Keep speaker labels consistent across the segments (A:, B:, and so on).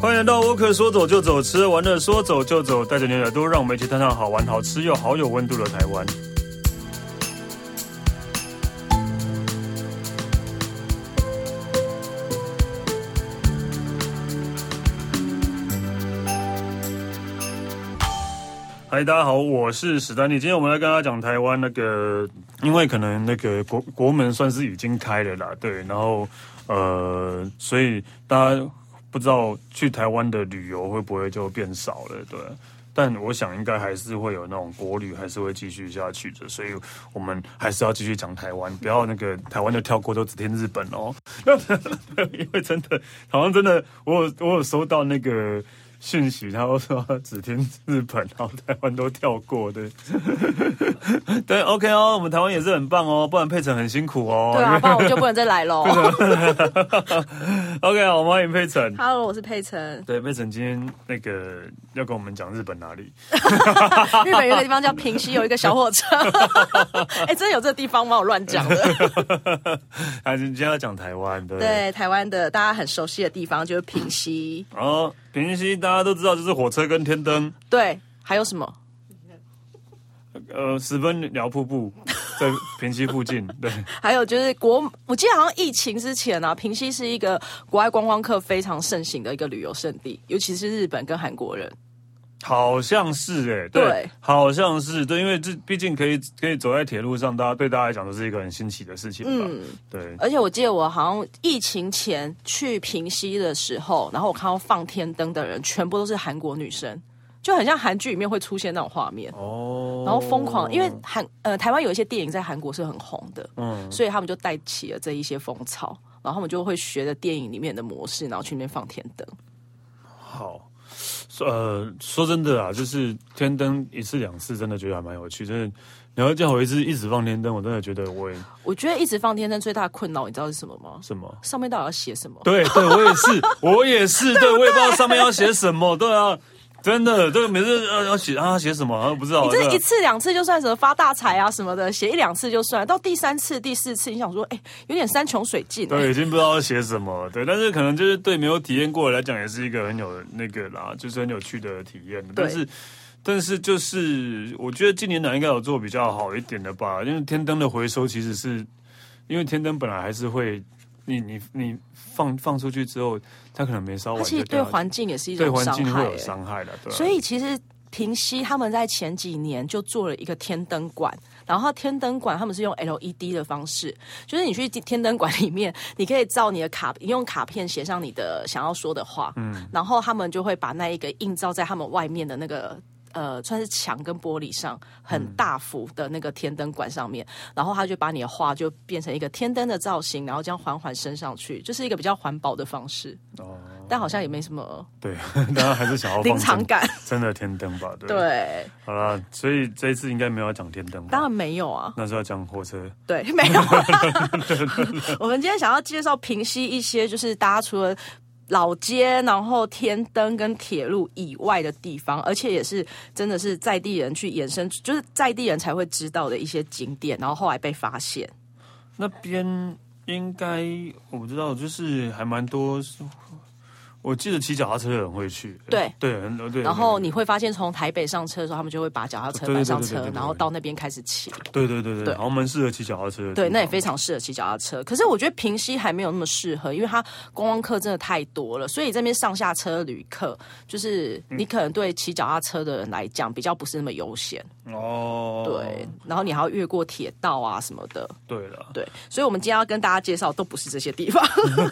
A: 欢迎来到沃克，说走就走，吃玩的说走就走，带着你的耳朵，让我们一起探探好玩、好吃又好有温度的台湾。嗨，大家好，我是史丹利。今天我们来跟大家讲台湾那个，因为可能那个国国门算是已经开了啦，对，然后呃，所以大家不知道去台湾的旅游会不会就变少了，对。但我想应该还是会有那种国旅，还是会继续下去的，所以我们还是要继续讲台湾，不要那个台湾就跳过，都只听日本哦。 因为真的，好像真的，我有我有收到那个讯息，他会说他只听日本，然后台湾都跳过的。对 对，OK 哦，我们台湾也是很棒哦，不然佩晨很辛苦哦。
B: 对啊，不然我就不能再来喽。
A: OK，好，我们欢迎佩晨。
B: Hello，我是佩晨。
A: 对，佩晨今天那个要跟我们讲日本哪里？
B: 日本有一个地方叫平西，有一个小火车。哎、真的有这个地方吗？我乱讲的。
A: 还是今天要讲台湾？对不对。
B: 对，台湾的大家很熟悉的地方就是平西。
A: 然后平西大家都知道，就是火车跟天灯，
B: 对，还有什么？
A: 呃，十分寮瀑布在平西附近。对，
B: 还有就是国，我记得好像疫情之前啊，平西是一个国外观光客非常盛行的一个旅游胜地，尤其是日本跟韩国人。
A: 好像是哎、对，
B: 对
A: 好像是对，因为这毕竟可以可以走在铁路上，大家对大家来讲都是一个很新奇的事情吧。
B: 嗯
A: 对，
B: 而且我记得我好像疫情前去平西的时候，然后我看到放天灯的人全部都是韩国女生，就很像韩剧里面会出现那种画面。
A: 哦，
B: 然后疯狂，因为韩呃台湾有一些电影在韩国是很红的，嗯，所以他们就带起了这一些风潮，然后他们就会学着电影里面的模式，然后去那边放天灯。
A: 好，呃，说真的啊，就是天灯一次两次，真的觉得还蛮有趣。真的，你要叫我一直一直放天灯，我真的觉得我也
B: 我觉得一直放天灯最大的困扰，你知道是什么吗？
A: 什么。
B: 上面到底要写什么？
A: 对啊对，我也 是，我也是，对我也不知道上面要写什么，对啊，真的，对，每次要要写啊写什么，啊不知道，
B: 你这
A: 对啊
B: 一次两次就算什么发大财啊什么的，写一两次就算，到第三次、第四次，你想说，哎、有点山穷水尽、欸
A: 对，已经不知道要写什么。对，但是可能就是对没有体验过的来讲，也是一个很有那个啦，就是很有趣的体验。但是，但是就是我觉得近年来应该有做比较好一点的吧，因为天灯的回收其实是因为天灯本来还是会，你你你放放出去之后，它可能没烧完
B: 它
A: 就
B: 其
A: 掉下
B: 实
A: 去，
B: 对环境也是一
A: 对
B: 种
A: 环
B: 伤
A: 境
B: 害、
A: 会有
B: 哎
A: 伤害的，对、啊。
B: 所以其实平西他们在前几年就做了一个天灯馆，然后天灯馆他们是用 LED 的方式，就是你去天灯馆里面，你可以照你的卡，你用卡片写上你的想要说的话，嗯，然后他们就会把那一个映照在他们外面的那个。呃，算是墙跟玻璃上
A: 嗯
B: 很大幅的那个天灯管上面，然后他就把你的画就变成一个天灯的造型，然后这样缓缓升上去，就是一个比较环保的方式。
A: 哦
B: 但好像也没什么
A: 对， 大家还是想要
B: 临
A: 放
B: 场
A: 真
B: 感，
A: 真的天灯吧？对，
B: 对，
A: 好啦，所以这一次应该没有要讲天灯吧，
B: 当然没有啊。
A: 那是要讲火车。
B: 对，没有 啦。我们今天想要介绍平息一些，就是大家除了。老街，然后天灯跟铁路以外的地方，而且也是真的是在地人去延伸，就是在地人才会知道的一些景点，然后后来被发现。
A: 那边应该我不知道，就是还蛮多是。我记得骑脚踏车的人会去，
B: 对
A: 对，很哦多对。
B: 然后你会发现，从台北上车的时候，他们就会把脚踏车
A: 嗯哦对对对
B: 搬上
A: 对对
B: 车
A: 对，对
B: 然后到那边开始骑。
A: 对对对对，
B: 对
A: 然后蛮适合骑脚踏车的地方。
B: 对，那也非常适合骑脚踏车。可是我觉得平溪还没有那么适合，因为它观光客真的太多了，所以这边上下车旅客，就是你可能对骑脚踏车的人来讲比较不是那么悠闲，
A: 哦，
B: 对。然后你还要越过铁道啊什么的，
A: 对了，
B: 对。所以我们今天要跟大家介绍都不是这些地方，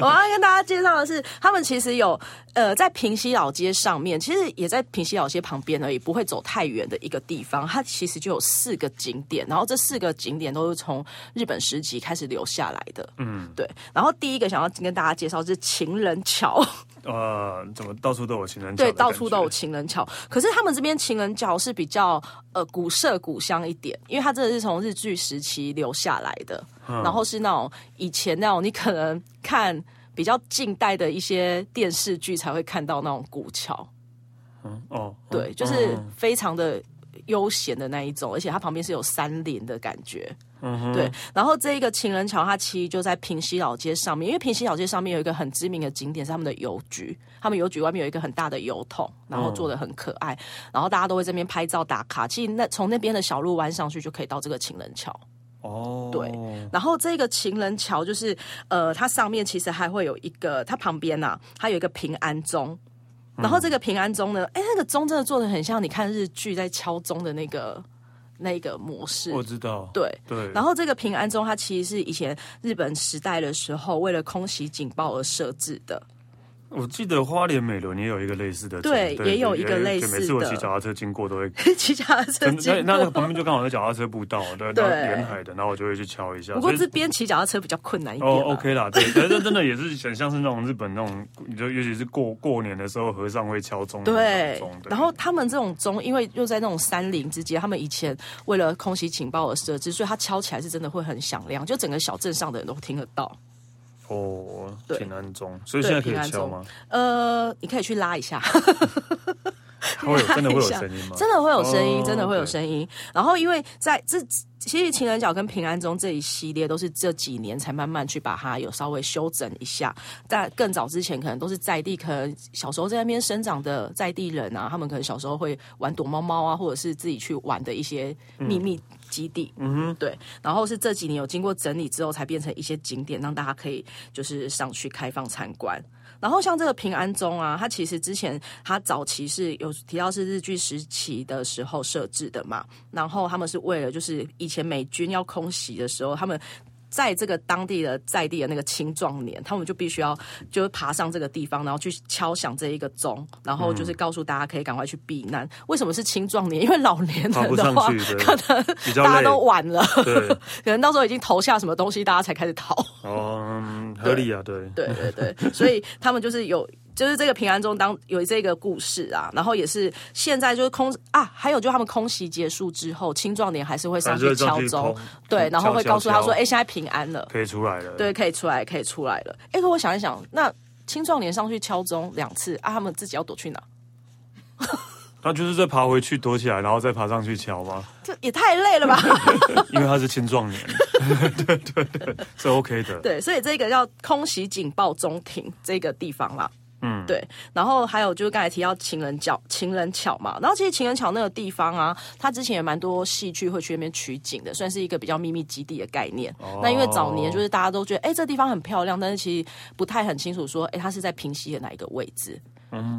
B: 我要跟大家介绍的是，他们其实有呃在平溪老街上面，其实也在平溪老街旁边而已，不会走太远的一个地方，它其实就有四个景点，然后这四个景点都是从日本时期开始留下来的，嗯，对。然后第一个想要跟大家介绍是情人桥。
A: 呃，怎么到处都有情人桥的
B: 对，
A: 感觉？
B: 到处都有情人桥。可是他们这边情人桥是比较呃古色古香一点，因为它真的是从日据时期留下来的，
A: 嗯
B: 然后是那种以前那种你可能看比较近代的一些电视剧才会看到那种古桥，
A: 嗯哦，
B: 对，
A: 嗯
B: 就是
A: 嗯
B: 非常的。悠闲的那一种，而且它旁边是有山林的感觉。对，然后这一个情人桥，它其实就在平西老街上面，因为平西老街上面有一个很知名的景点是他们的邮局，他们邮局外面有一个很大的邮筒，然后做的很可爱，然后大家都会这边拍照打卡。其实那从那边的小路弯上去就可以到这个情人桥。
A: 哦，
B: 对然后这个情人桥就是，呃，它上面其实还会有一个，它旁边呐、它有一个平安钟。然后这个平安钟呢，哎，那个钟真的做的很像你看日剧在敲钟的那个 那个模式。
A: 我知道，
B: 对，
A: 对，
B: 然后这个平安钟，它其实是以前日本时代的时候为了空袭警报而设置的。
A: 我记得花莲美伦也有一个类似的城，
B: 对也有一个
A: 对
B: 类似
A: 每次我骑
B: 的
A: 脚踏车经过都 会，
B: 骑脚踏车
A: 真的
B: 经
A: 那那
B: 过
A: 个，旁边就刚好在脚踏车步道，对，
B: 对
A: 然后沿海的，然后我就会去敲一下。
B: 不过
A: 所以
B: 这边骑脚踏车比较困难一点
A: 哦
B: 啦。
A: ，OK 啦，对，但是真的也是很像是那种日本那种，你就尤其是过过年的时候，和尚会敲钟嗯的那
B: 对
A: 种钟，，对
B: 然后他们这种钟，因为又在那种山林之间，他们以前为了空袭情报而设置，所以它敲起来是真的会很响亮，就整个小镇上的人都听得到。
A: 哦，
B: 对
A: 平安钟，所以
B: 对
A: 现在可
B: 平安
A: 以敲
B: 钟
A: 吗？
B: 呃，你可以去拉一下，
A: 它会有真的会有
B: 拉一下
A: 声音吗？
B: 真的会有声音，
A: 哦
B: 真的会有
A: OK
B: 声音。然后因为在这。其实情人角跟平安钟这一系列都是这几年才慢慢去把它有稍微修整一下，但更早之前可能都是在地，可能小时候在那边生长的在地人啊，他们可能小时候会玩躲猫猫啊，或者是自己去玩的一些秘密基地。嗯哼，对。然后是这几年有经过整理之后，才变成一些景点，让大家可以就是上去开放参观。然后像这个平安钟啊，它其实之前它早期是有提到是日据时期的时候设置的嘛，然后他们是为了就是以前美军要空袭的时候，他们。在这个当地的在地的那个青壮年，他们就必须要就是爬上这个地方，然后去敲响这一个钟，然后
A: 嗯
B: 就是告诉大家可以赶快去避难。为什么是青壮年？因为老 年
A: 爬不
B: 人
A: 上
B: 的话
A: 去，对
B: 可能
A: 比较
B: 大家
A: 累，
B: 都晚了，
A: 对，
B: 可能到时候已经投下什么东西，大家才开始逃。
A: 哦，嗯合理啊，对，
B: 对对对，所以他们就是有，就是这个平安钟当有这个故事啊，然后也是现在就是空啊，还有就是他们空袭结束之后，青壮年还是会上
A: 反正
B: 去
A: 就上
B: 敲
A: 去
B: 钟
A: 空，
B: 对，然后会告诉他说，
A: 敲敲
B: 哎、现在平安了，
A: 可以出来了，
B: 对，可以出来，可以出来了。哎、可我想一想，那青壮年上去敲钟两次啊，他们自己要躲去哪？
A: 他就是再爬回去躲起来，然后再爬上去敲嘛，
B: 这也太累了吧？
A: 因为他是青壮年，对对对，是 OK 的。
B: 对，所以这个叫空袭警报中庭这个地方啦。嗯，对，然后还有就是刚才提到情人桥，情人桥嘛，然后其实情人桥那个地方啊，它之前也蛮多戏剧会去那边取景的，算是一个比较秘密基地的概念。那因为早年就是大家都觉得，哎，这地方很漂亮，但是其实不太很清楚说，哎，它是在平西的哪一个位置。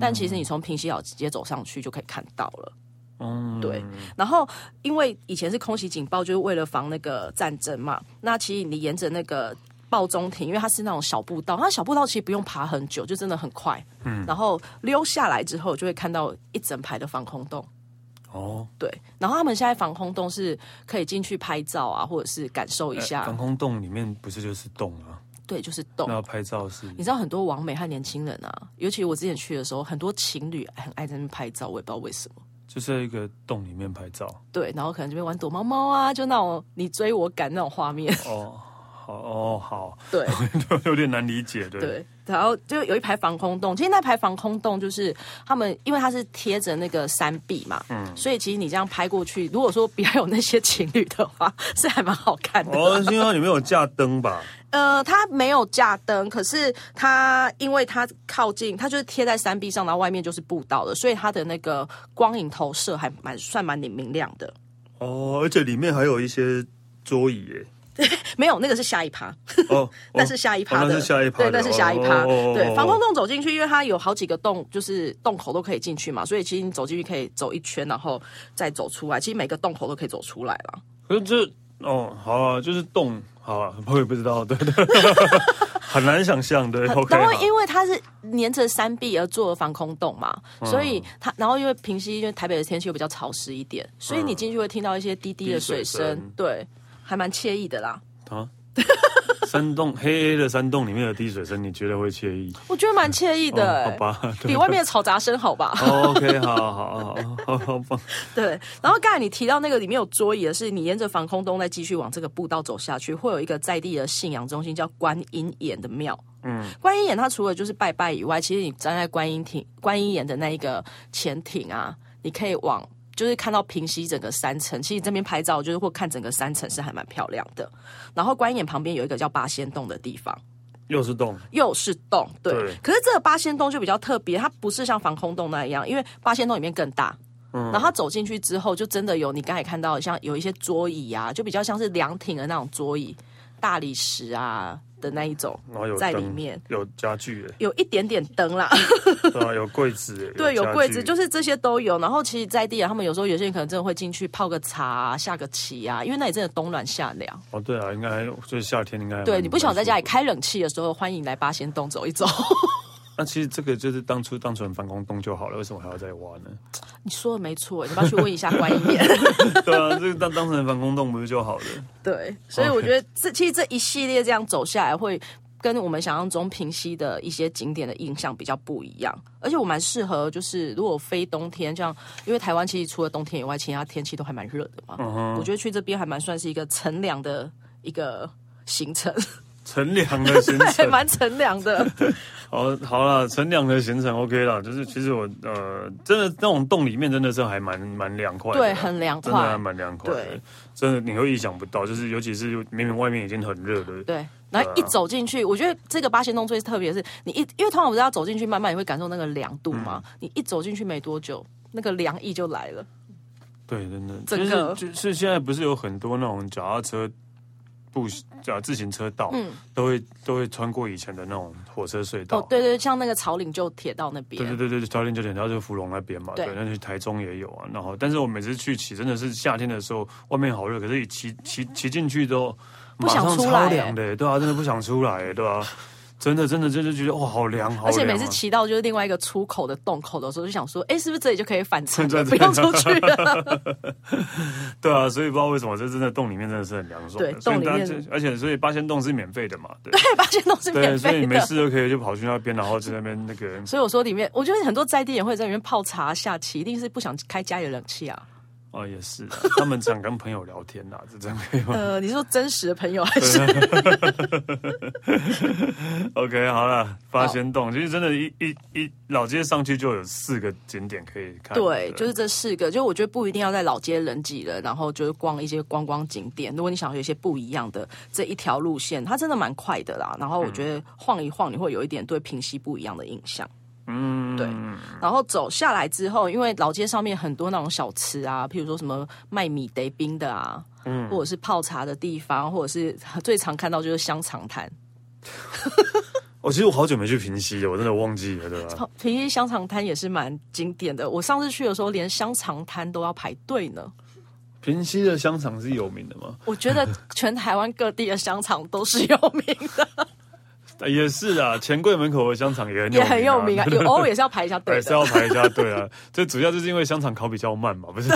B: 但其实你从平西岛直接走上去就可以看到了。
A: 嗯，
B: 对，然后因为以前是空袭警报，就是为了防那个战争嘛。那其实你沿着那个报中庭，因为它是那种小步道，那小步道其实不用爬很久，就真的很快。嗯，然后溜下来之后，就会看到一整排的防空洞。
A: 哦，
B: 对，然后他们现在防空洞是可以进去拍照啊，或者是感受一下。
A: 呃防空洞里面不是就是洞啊？
B: 对，就是洞。
A: 那拍照是
B: 你知道很多网美和年轻人啊，尤其我之前去的时候，很多情侣很爱在那边拍照，我也不知道为什么。
A: 就是在一个洞里面拍照
B: 对，然后可能这边玩躲猫猫啊，就那种你追我赶那种画面。
A: 哦。好哦，好，
B: 对，
A: 有点难理解，对，
B: 对，然后就有一排防空洞，其实那排防空洞就是他们，因为它是贴着那个山壁嘛，
A: 嗯
B: 所以其实你这样拍过去，如果说不要有那些情侣的话，是还蛮好看的。
A: 哦，是因为它里面有架灯吧？
B: 呃，它没有架灯，可是它因为它靠近，它就是贴在山壁上，然后外面就是步道的，所以它的那个光影投射还蛮算蛮明亮的。
A: 哦，而且里面还有一些桌椅耶。
B: 没有，那个是下一趴。
A: 哦，哦
B: 那是下一趴
A: 哦
B: 的，
A: 那是下一趴
B: 对，
A: 的，
B: 那是下一趴。
A: 哦哦哦
B: 对，
A: 哦
B: 防空洞走进去，因为它有好几个洞，就是洞口都可以进去嘛，所以其实你走进去可以走一圈，然后再走出来。其实每个洞口都可以走出来了。
A: 可是这哦，好啊，就是洞，好啊，我也不知道，对对，很难想象，对，OK，
B: 然后
A: 好
B: 因为它是粘着山壁而做的防空洞嘛，所以它，然后因为平息，因为台北的天气又比较潮湿一点，所以你进去会听到一些滴滴的水
A: 滴
B: 声，
A: 水声
B: 对，还蛮惬意的啦。
A: 啊，山洞黑黑的山洞里面的滴水声，你觉得会惬意？
B: 我觉得蛮惬意的、
A: 哦好吧，对
B: 比外面的嘈杂声好吧？
A: 哦，OK，好好好好好棒，
B: 对，然后刚才你提到那个里面有桌椅的是，你沿着防空洞再继续往这个步道走下去，会有一个在地的信仰中心叫观音岩的庙。嗯，观音岩它除了就是拜拜以外，其实你站在观音亭、观音岩的那一个潜艇啊，你可以往就是看到平息整个山城。其实这边拍照就是或看整个山城是还蛮漂亮的。然后观音岩旁边有一个叫八仙洞的地方，
A: 又是洞，
B: 又是洞，对。
A: 对
B: 可是这个八仙洞就比较特别，它不是像防空洞那样，因为八仙洞里面更大。
A: 嗯
B: 然后它走进去之后，就真的有你刚才看到，像有一些桌椅啊，就比较像是凉亭的那种桌椅，大理石啊的那一种，
A: 然后有
B: 在里
A: 灯
B: 面
A: 有家具耶，
B: 有一点点灯啦，
A: 对啊，有柜子耶，
B: 对，有
A: 家
B: 柜
A: 具
B: 子，就是这些都有。然后其实在地啊，他们有时候有些人可能真的会进去泡个茶、啊、下个棋啊，因为那里真的冬暖夏凉。
A: 哦，对啊，应该就是夏天应该还
B: 对
A: 蛮
B: 你不想在家里
A: 蛮舒
B: 开冷气的时候，欢迎来八仙洞走一走。
A: 服那其实这个就是当初当成防空洞就好了，为什么还要再挖呢？
B: 你说的没错，你要不要去问一下观音爷？
A: 对啊，这个当当成防空洞不是就好了？
B: 对，所以我觉得这其实这一系列这样走下来会。跟我们想象中平溪的一些景点的印象比较不一样，而且我蛮适合，就是如果非冬天这样，因为台湾其实除了冬天以外，其他天气都还蛮热的嘛。
A: 嗯
B: 我觉得去这边还蛮算是一个乘凉的一个行程，
A: 乘凉的行
B: 还
A: 程，
B: 蛮乘凉的。
A: 好好啦，乘凉的行程 OK 啦，就是其实我呃，真的那种洞里面真的是还蛮蛮凉快的啦，
B: 对很凉快
A: 真的还蛮凉快的
B: 对，
A: 真的你会意想不到，就是尤其是明明外面已经很热了，
B: 对，
A: 啊
B: 然后一走进去，我觉得这个八仙洞最特别的是，你一因为通常我们要走进去，慢慢你会感受那个凉度嘛。
A: 嗯
B: 你一走进去没多久，那个凉意就来了。
A: 对，真的，
B: 整
A: 就是
B: 个
A: 就是现在不是有很多那种脚踏车步行脚自行车道，都会都会穿过以前的那种火车隧道。
B: 哦，对对，像那个草岭就铁道那边，
A: 对对对对，朝天九点到就芙蓉那边嘛，
B: 对
A: 对，那去台中也有啊。然后，但是我每次去骑，真的是夏天的时候，外面好热，可是一骑骑骑进去都马
B: 想
A: 上
B: 出
A: 超
B: 来
A: 凉的、对啊，真的不想出来、对啊？真的真的真的觉得哇，好凉，好凉、啊。
B: 而且每次骑到就是另外一个出口的洞口的时候，就想说，哎，是不是这里就可以返程
A: 对
B: 了，
A: 对
B: 不用出去了？
A: 对啊，所以不知道为什么，这真的洞里面真的是很凉爽的。
B: 对
A: 所以
B: 洞里
A: 大家
B: 面
A: 就而且所以八仙洞是免费的嘛，对。
B: 对，八仙洞是
A: 对，
B: 免
A: 所以
B: 费
A: 你没
B: 的。
A: 事就可以就跑去那边，然后在那边那个
B: 所以我说里面，我觉得很多在地人会在里面泡茶下棋，一定是不想开家里的冷气 啊。
A: 哦，也是啊，他们想跟朋友聊天啦，是这样 可以吗
B: 呃，你是说真实的朋友还是？
A: ？OK，好了，八仙洞其实真的一，一一老街上去就有四个景点可以看，
B: 对，就是这四个，就我觉得不一定要在老街人挤人，然后就是逛一些观光景点。如果你想有一些不一样的这一条路线，它真的蛮快的啦。然后
A: 嗯
B: 我觉得晃一晃，你会有一点对平溪不一样的印象。
A: 嗯，
B: 对然后走下来之后，因为老街上面很多那种小吃啊，譬如说什么卖米得冰的啊，
A: 嗯
B: 或者是泡茶的地方，或者是 最常看到就是香肠摊。
A: 我、哦其实我好久没去平溪了，我真的忘记了，对吧？
B: 平溪香肠摊也是蛮经典的，我上次去的时候连香肠摊都要排队呢。
A: 平溪的香肠是有名的吗？
B: 我觉得全台湾各地的香肠都是有名的，
A: 啊也是 啊，钱柜门口的香肠也很有
B: 也很有名啊， 有偶尔也是要排一下
A: 还
B: 队
A: 是
B: 的。
A: 要排一下队啊。这主要就是因为香肠烤比较慢嘛，不 是？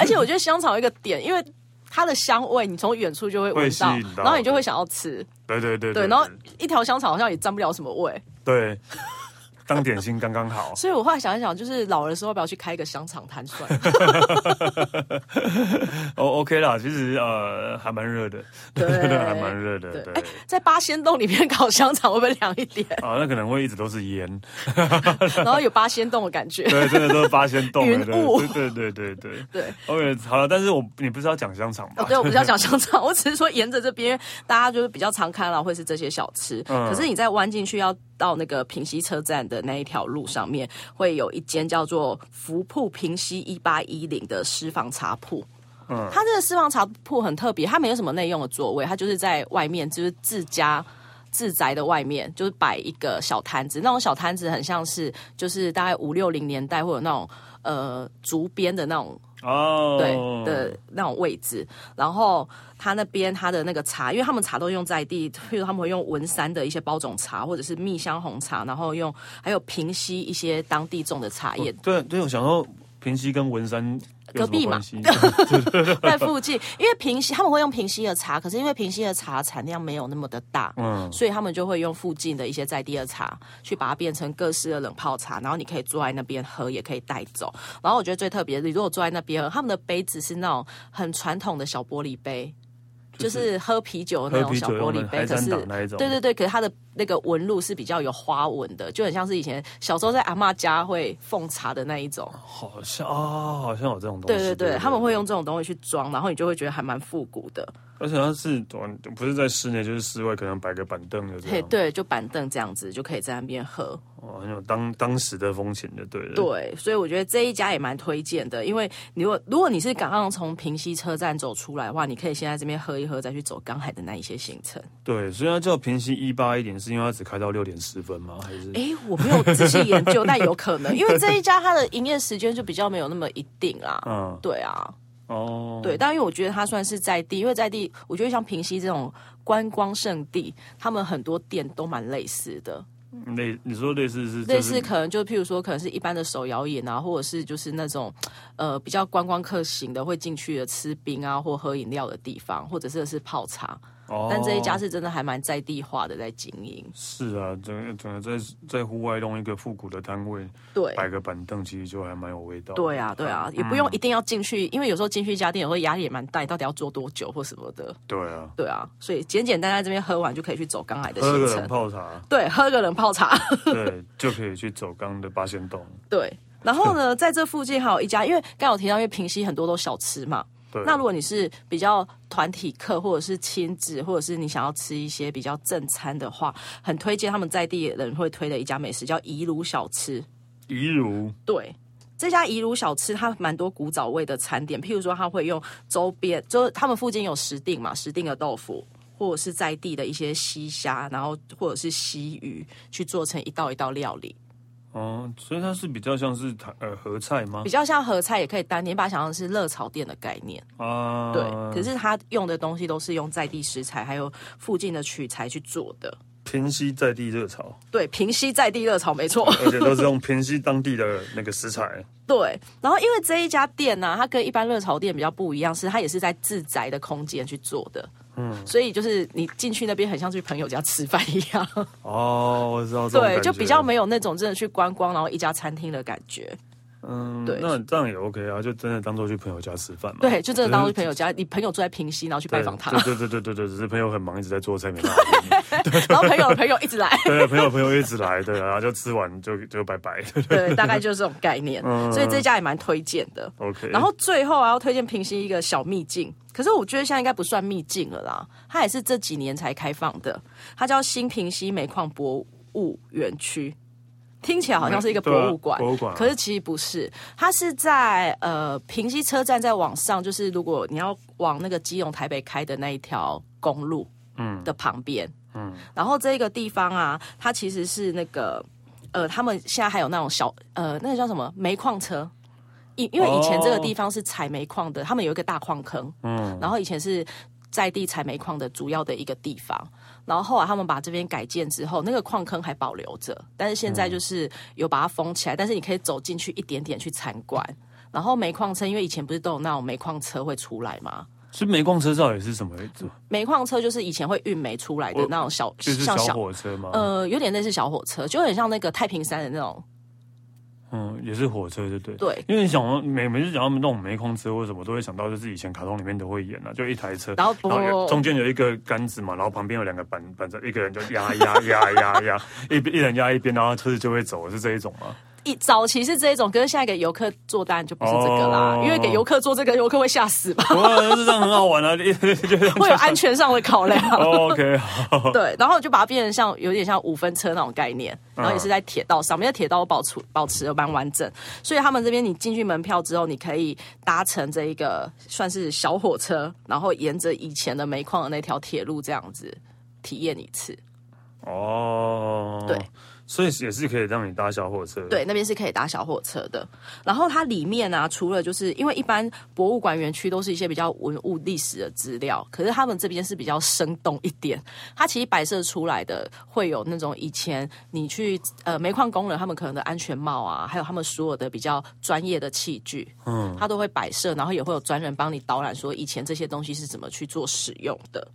B: 而且我觉得香肠有一个点，因为它的香味你从远处就会
A: 会
B: 闻
A: 吸
B: 到
A: 引，到
B: 然后你就会想要吃。
A: 对对对
B: 对，然后一条香肠好像也沾不了什么味，
A: 对，当点心刚刚好。
B: 所以我后来想一想，就是老的时候要不要去开一个香肠摊算了？
A: 哦、o k 啦，其实呃还蛮热的，
B: 对
A: 还蛮热的，
B: 对
A: 对。，
B: 哎，在八仙洞里面烤香肠会不会凉一点？
A: 啊，那可能会一直都是烟，
B: 然后有八仙洞的感觉。
A: 对，真的都是八仙洞了，
B: 云雾
A: 对对对对对
B: 对。
A: OK，好了，但是我你不是要讲香肠
B: 哦
A: 吧，？
B: 对，我不是要讲香肠，我只是说沿着这边，大家就是比较常看到会是这些小吃。
A: 嗯
B: 可是你再弯进去，要到那个平西车站的那一条路上面，会有一间叫做福铺平西一八一零的私房茶铺。
A: 嗯
B: 嗯，它这个私房茶铺很特别，它没有什么内用的座位，它就是在外面，就是自家。自宅的外面就是摆一个小摊子，那种小摊子很像是就是大概五六零年代或者那种呃竹编的那种
A: 哦，
B: 对的那种位置。然后他那边他的那个茶，因为他们茶都用在地， 譬如他们会用文山的一些包种茶，或者是蜜香红茶，然后用还有平溪一些当地种的茶叶
A: 我，对对，我想说平溪跟文山有
B: 隔壁
A: 什么
B: 嘛
A: 关 系？
B: 在附近，因为平溪他们会用平溪的茶，可是因为平溪的茶产量没有那么的大，
A: 嗯
B: 嗯，所以他们就会用附近的一些在地的茶，去把它变成各式的冷泡茶，然后你可以坐在那边喝，也可以带走。然后我觉得最特别的，你如果坐在那边喝，他们的杯子是那种很传统的小玻璃杯。就是喝啤酒的那
A: 喝
B: 种
A: 啤
B: 小
A: 酒
B: 玻
A: 用
B: 璃
A: 的
B: 杯，
A: 海
B: 可
A: 山
B: 是
A: 党那一种
B: 对对对，可是它的那个纹路是比较有花纹的，就很像是以前小时候在阿嬷家会奉茶的那一种。
A: 好像啊，好像有这种东
B: 对
A: 西。
B: 对对，他们会用这种东西去装，然后你就会觉得还蛮复古的。
A: 而且它是短，不是在室内就是室外，可能摆个板凳就这
B: 嘿，
A: 样，
B: 对，就板凳这样子就可以在那边喝。
A: 哦，很有当当时的风情就对了。
B: 对，所以我觉得这一家也蛮推荐的，因为你如果如果你是刚刚从平西车站走出来的话，你可以先在这边喝一喝，再去走刚海的那一些行程。
A: 对，所以它叫平息一八一点，是因为它只开到六点十分吗？还是？
B: 诶，我没有仔细研 究，但有可能，因为这一家它的营业时间就比较没有那么一定啦。
A: 嗯，
B: 对啊，
A: 哦，
B: 对，但因为我觉得它算是在地，因为在地，我觉得像平西这种观光胜地，他们很多店都蛮类似的，
A: 类你说类似是、就是、
B: 类似可能就譬如说，可能是一般的手摇饮啊，或者是就是那种呃比较观光客型的会进去的吃冰啊或喝饮料的地方，或者是是泡茶。
A: 哦，
B: 但这一家是真的还蛮在地化的，在经营。
A: 是啊，整个整个在在户外弄一个复古的摊位，
B: 对。
A: 摆个板凳，其实就还蛮有味道。
B: 对啊，对啊，
A: 嗯
B: 也不用一定要进去，因为有时候进去一家店也会压力也蛮大，你到底要坐多久或什么的。
A: 对啊，
B: 对啊，所以简简单单这边喝完就可以去走刚来的
A: 喝
B: 行
A: 个冷
B: 程。
A: 泡 茶，
B: 对，喝个冷泡茶。
A: 对，就可以去走刚的八仙洞。
B: 对，然后呢，在这附近还有一家，因为刚有提到，因为平西很多都小吃嘛。
A: 对，
B: 那如果你是比较团体课，或者是亲子，或者是你想要吃一些比较正餐的话，很推荐他们在地人会推的一家美食，叫怡鲁小吃。
A: 怡如
B: 对。这家怡鲁小吃，它蛮多古早味的餐点，譬如说，它会用周边，就是他们附近有石定嘛，石定的豆腐，或者是在地的一些西虾，然后或者是西鱼，去做成一道一道料理。
A: 哦，所以它是比较像是台呃合菜吗
B: 比？较像合菜，也可以单点，把它想象是热炒店的概念。
A: 啊，
B: 对，可是它用的东西都是用在地食材，还有附近的取材去做的。
A: 平西在地热潮，
B: 对，平西在地热炒没错。
A: 而且都是用 平西当地的那个食材。
B: 对，然后因为这一家店呢、它跟一般热炒店比较不一样，是它也是在自宅的空间去做的。嗯，所以就是你进去那边很像去朋友家吃饭一样，
A: 哦，我知道这种
B: 对，
A: 感
B: 就
A: 觉
B: 比较没有那种真的去观光然后一家餐厅的感觉。
A: 嗯，
B: 对
A: 那这样也 OK 啊，就真的当做去朋友家吃饭嘛。
B: 对，就真的当做
A: 哦只是
B: 朋友家，你朋友住在平西，然后去拜访他，
A: 对对对对对对，只是朋友很忙，一直在做菜，没办法 理你。
B: 然后朋友的朋友一直来。
A: 对，朋友朋友一直来，对，啊然后就吃完就就拜拜。对对嗯
B: 对，大概就是这种概念，所以这家也蛮推荐的。
A: OK，
B: 然后最后啊，要推荐平溪一个小秘境，可是我觉得现在应该不算秘境了啦，它也是这几年才开放的，它叫新平溪煤矿博物园区。听起来好像是一个博物馆，
A: 对啊博物馆啊
B: 可是其实不是，它是在呃平溪车站再往上，就是如果你要往那个基隆台北开的那一条公路，嗯的旁边，嗯，然后这个地方啊，它其实是那个呃，他们现在还有那种小呃，那个叫什么煤矿车。因因为
A: 哦
B: 以前这个地方是采煤矿的，他们有一个大矿坑，嗯，然后以前是在地采煤矿的主要的一个地方，然后后来他们把这边改建之后，那个矿坑还保留着，但是现在就是有把它封起来，但是你可以走进去一点点去参观。然后煤矿车，因为以前不是都有那种煤矿车会出来吗？
A: 所以煤矿车到底是什么？
B: 煤矿车就是以前会运煤出来的
A: 我
B: 那种小，
A: 哦就是
B: 像
A: 小火车吗？
B: 呃，有点类似小火车，就很像那个太平山的那种。
A: 嗯，也是火车，对对。
B: 对，
A: 因为你想到每每次讲到那种煤矿车或什么，都会想到就是以前卡通里面都会演啊，就一台车，
B: 然后
A: 然后有
B: 不
A: 中间有一个杆子嘛，然后旁边有两个板板子，一个人就压压压压压， 一边一人压一边，然后车子就会走，是这一种吗？
B: 一早期是这一种，可是现在给游客做当然就不是这个啦，
A: 哦
B: 因为给游客做这个，游客会吓 死吧，
A: 哇，这样很好玩啊！ 一就这样
B: 会有安全上的考量。
A: 哦 OK，好，
B: 对，然后就把它变成像有点像五分车那种概念，
A: 嗯
B: 然后也是在铁道上面，在铁道保持保持的蛮完整，所以他们这边你进去门票之后，你可以搭乘这一个算是小火车，然后沿着以前的煤矿的那条铁路这样子体验一次。
A: 哦，
B: 对，
A: 所以也是可以让你搭小火车，，
B: 对，那边是可以搭小火车的。然后它里面啊，除了就是因为一般博物馆园区都是一些比较文物历史的资料，可是他们这边是比较生动一点。它其实摆设出来的会有那种以前你去呃煤矿工人他们可能的安全帽啊，还有他们所有的比较专业的器具，嗯，它都会摆设，然后也会有专人帮你导览说以前这些东西是怎么去做使用的。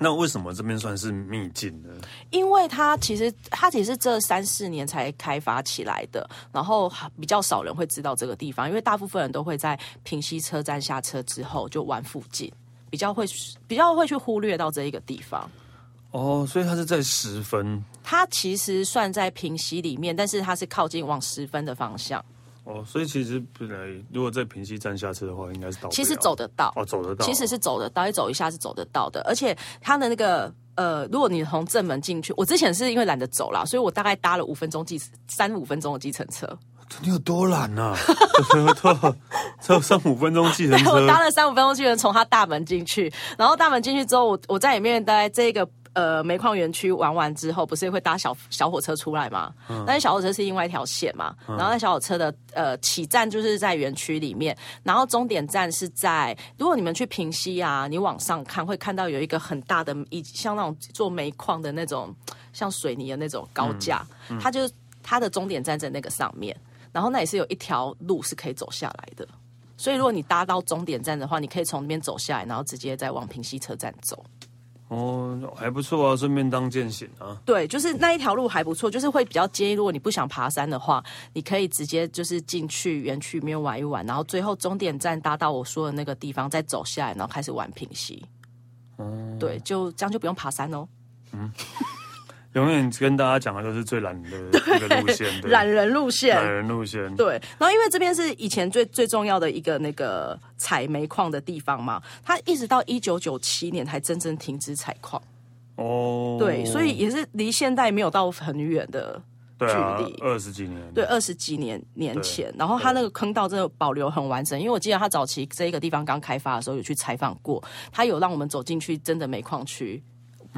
A: 那为什么这边算是秘境呢？
B: 因为它其实它其实是这三四年才开发起来的，然后比较少人会知道这个地方，因为大部分人都会在平西车站下车之后就玩附近，比较会比较会去忽略到这一个地方。
A: 哦，所以它是在十分
B: 它其实算在平息里面，但是它是靠近往十分的方向，
A: 哦，所以其实本来如果在平西站下车的话，应该是到
B: 其
A: 不
B: 实
A: 了
B: 走得到。
A: 哦走得到，
B: 其实是走得到，一走一下是走得到的。而且它的那个呃，如果你从正门进去，我之前是因为懒得走啦，所以我大概搭了五分钟计三五分钟的计程车，
A: 你有多懒 啊？这三五分钟计程
B: 对我
A: 车
B: 搭了三五分钟去，从它大门进去，然后大门进去之后，我我在里面待这个。呃，煤矿园区玩完之后，不是会搭小小火车出来吗？但是小火车是另外一条线嘛，然后那小火车的呃起站就是在园区里面，然后终点站是在，如果你们去平西啊，你往上看会看到有一个很大的，一像那种做煤矿的那种，像水泥的那种高架，它就它的终点站在那个上面，然后那也是有一条路是可以走下来的。所以如果你搭到终点站的话，你可以从那边走下来，然后直接再往平西车站走。
A: 哦，还不错啊，顺便当践行啊。
B: 对，就是那一条路还不错，就是会比较建议，如果你不想爬山的话，你可以直接就是进去园区里面玩一玩，然后最后终点站搭到我说的那个地方，再走下来，然后开始玩平西。
A: 哦
B: 对，就这样就不用爬山哦。
A: 永远跟大家讲的都是最懒 的一个路线，对
B: 懒人路线，
A: 懒人路线。
B: 对，然后因为这边是以前最最重要的一个那个采煤矿的地方嘛，它一直到一九九七年才真正停止采矿。
A: 哦，
B: 对，所以也是离现代没有到很远的，
A: 对啊
B: 距离，
A: 二十几年，
B: 对，，二十几年年前。然后它那个坑道真的保留很完整，因为我记得它早期这个地方刚开发的时候有去采访过，它有让我们走进去真的煤矿区。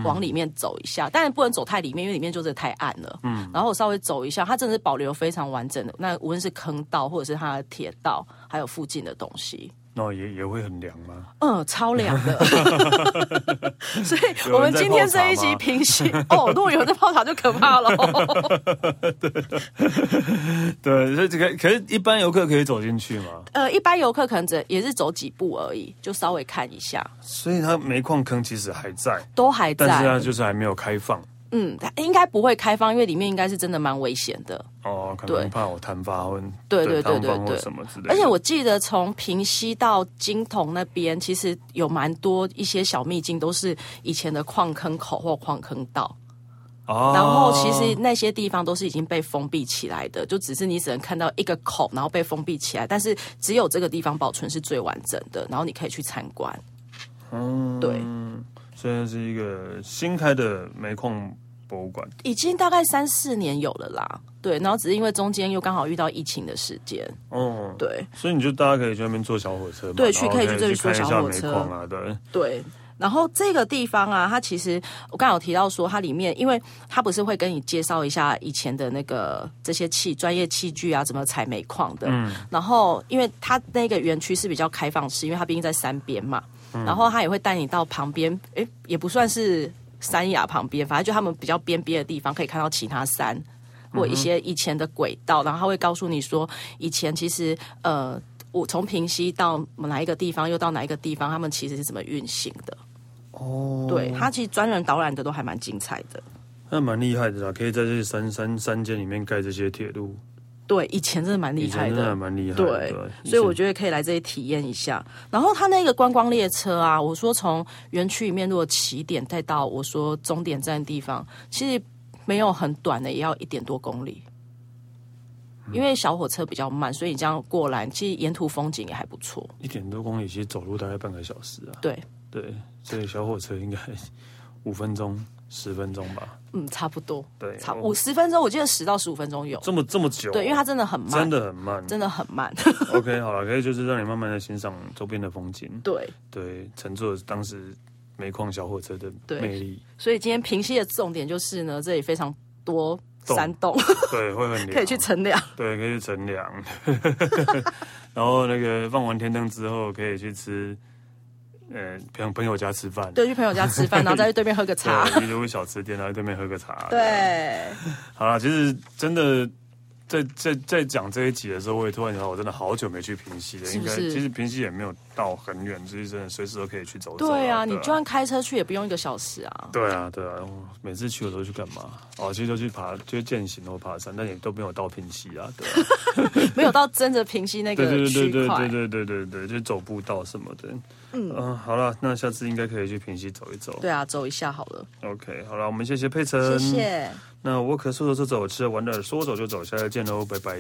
B: 往里面走一下，当然不能走太里面，因为里面就是太暗了。嗯，然后我稍微走一下，它真的是保留非常完整的。那无论是坑道，或者是它的铁道，还有附近的东西，
A: 那也也会很凉吗？
B: 嗯，超凉 的。所以我们今天这一集平息哦，如果有人在泡茶就可怕了。哦
A: 对，所以这个可是一般游客可以走进去嘛，
B: 呃，一般游客可能只也是走几步而已，就稍微看一下，
A: 所以它煤矿坑其实还在，
B: 都还
A: 但是它
B: 在。
A: 就是还没有开放。
B: 嗯，它应该不会开放，因为里面应该是真的蛮危险的。
A: 哦，可
B: 对
A: 能怕我坍发或
B: 对对对
A: 坍方
B: 对
A: 或
B: 对
A: 什么之类的。
B: 而且我记得从平西到金铜那边，其实有蛮多一些小秘境，都是以前的矿坑口或矿坑道。
A: 哦，
B: 然后其实那些地方都是已经被封闭起来的，就只是你只能看到一个口，然后被封闭起来。但是只有这个地方保存是最完整的，然后你可以去参观。
A: 嗯
B: 对，
A: 所以是一个新开的煤矿博物馆。
B: 已经大概三四年有了啦，对，然后只是因为中间又刚好遇到疫情的时间，
A: 哦，，
B: 对
A: 所以你就大家可以去那边坐小火车嘛，
B: 对去
A: 然后
B: 可以
A: 可
B: 去
A: 以
B: 这里
A: 去看
B: 坐
A: 一
B: 小
A: 下
B: 火
A: 煤
B: 车
A: 矿啊，对，
B: 对。然后这个地方啊，它其实我刚刚有提到说，它里面因为它不是会跟你介绍一下以前的那个这些器专业器具啊，怎么采煤矿的。然后因为它那个园区是比较开放式，因为它毕竟在山边嘛，然后它也会带你到旁边，诶，也不算是山崖旁边，反正就他们比较边边的地方可以看到其他山。
A: 嗯
B: 或一些以前的轨道，然后他会告诉你说，以前其实呃，我从平西到哪一个地方，又到哪一个地方，他们其实是怎么运行的。
A: 哦，
B: 对，他其实专人导览的都还蛮精彩的。
A: 那蛮厉害的啦，可以在这些山山山间里面盖这些铁路，
B: 对，以前真的蛮
A: 以
B: 厉害
A: 前真的还
B: 的。
A: 蛮厉害的。
B: 对
A: 以，前
B: 所以我觉得可以来这里体验一下。然后他那个观光列车啊，我说从园区里面如果起点再到我说终点站的地方，其实没有很短的，也要一点多公里。因为小火车比较慢，所以你这样过来，其实沿途风景也还不错。
A: 一点多公里，其实走路大概半个小时啊。
B: 对，
A: 对，所以小火车应该五分钟、十分钟吧。
B: 嗯，差不多，
A: 对，
B: 差
A: 哦
B: 五十分钟，我记得十到十五分钟有。
A: 这么这么久，哦
B: 对，因为它真的很慢，
A: 真的很慢。
B: 真的很慢。
A: OK，好了，可以就是让你慢慢的欣赏周边的风景，
B: 对，
A: 对，乘坐当时煤矿小火车的
B: 对
A: 魅力，
B: 所以今天平息的重点就是呢，这里非常多
A: 洞
B: 山洞，
A: 对，啊会很凉，
B: 可以去乘凉。
A: 对，可以去乘凉， 然后那个放完天灯之后，可以去吃，呃，朋朋友家吃饭，
B: 对，去朋友家吃饭，然后再去对面喝个茶。
A: 对，例如小吃店，然后对面喝个茶，这样，
B: 对，
A: 好了，其实真的。在在在讲这一集的时候，我也突然想到，我真的好久没去平西了。
B: 是
A: 应
B: 不
A: 该
B: 是
A: 其实平西也没有到很远，所以真的随时都可以去走走。
B: 对啊，你就算开车去也不用一个小时啊。
A: 对啊，对啊，我每次去我都去干嘛？哦，其实都去爬，就是践行或爬山，但也都没有到平溪啊，对啊
B: 没有到真的平息那个
A: 对对
B: 区
A: 对对
B: 块
A: 对。对对对对，就走步道什么的。嗯、好了，那下次应该可以去平溪走一走。
B: 对啊，走一下好了，
A: OK，好了，我们谢谢佩岑，
B: 谢。谢。
A: 那我可说走就走，吃着玩着说走就走，下次见喽，拜拜。